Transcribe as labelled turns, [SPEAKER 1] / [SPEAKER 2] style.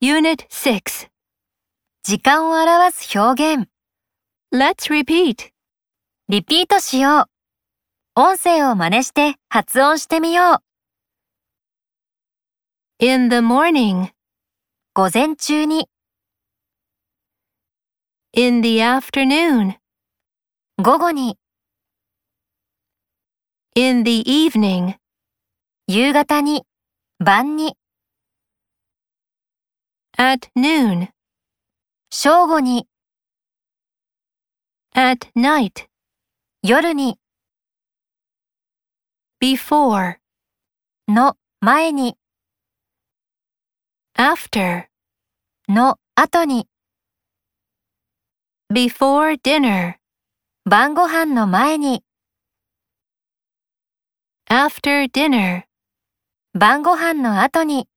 [SPEAKER 1] Unit 6.
[SPEAKER 2] 時間を表す表現。
[SPEAKER 1] Let's repeat.
[SPEAKER 2] リピートしよう。音声を真似して発音してみよう。
[SPEAKER 1] In the morning,
[SPEAKER 2] 午前中に、
[SPEAKER 1] in the afternoon,
[SPEAKER 2] 午後に、
[SPEAKER 1] in the evening,
[SPEAKER 2] 夕方に、晩に、
[SPEAKER 1] at noon,
[SPEAKER 2] 正午に、
[SPEAKER 1] at night,
[SPEAKER 2] 夜に、
[SPEAKER 1] before,
[SPEAKER 2] の、前に、
[SPEAKER 1] after,
[SPEAKER 2] の、後に、
[SPEAKER 1] before dinner,
[SPEAKER 2] 晩ご飯の前に、
[SPEAKER 1] after dinner.
[SPEAKER 2] 晩ご飯の後に。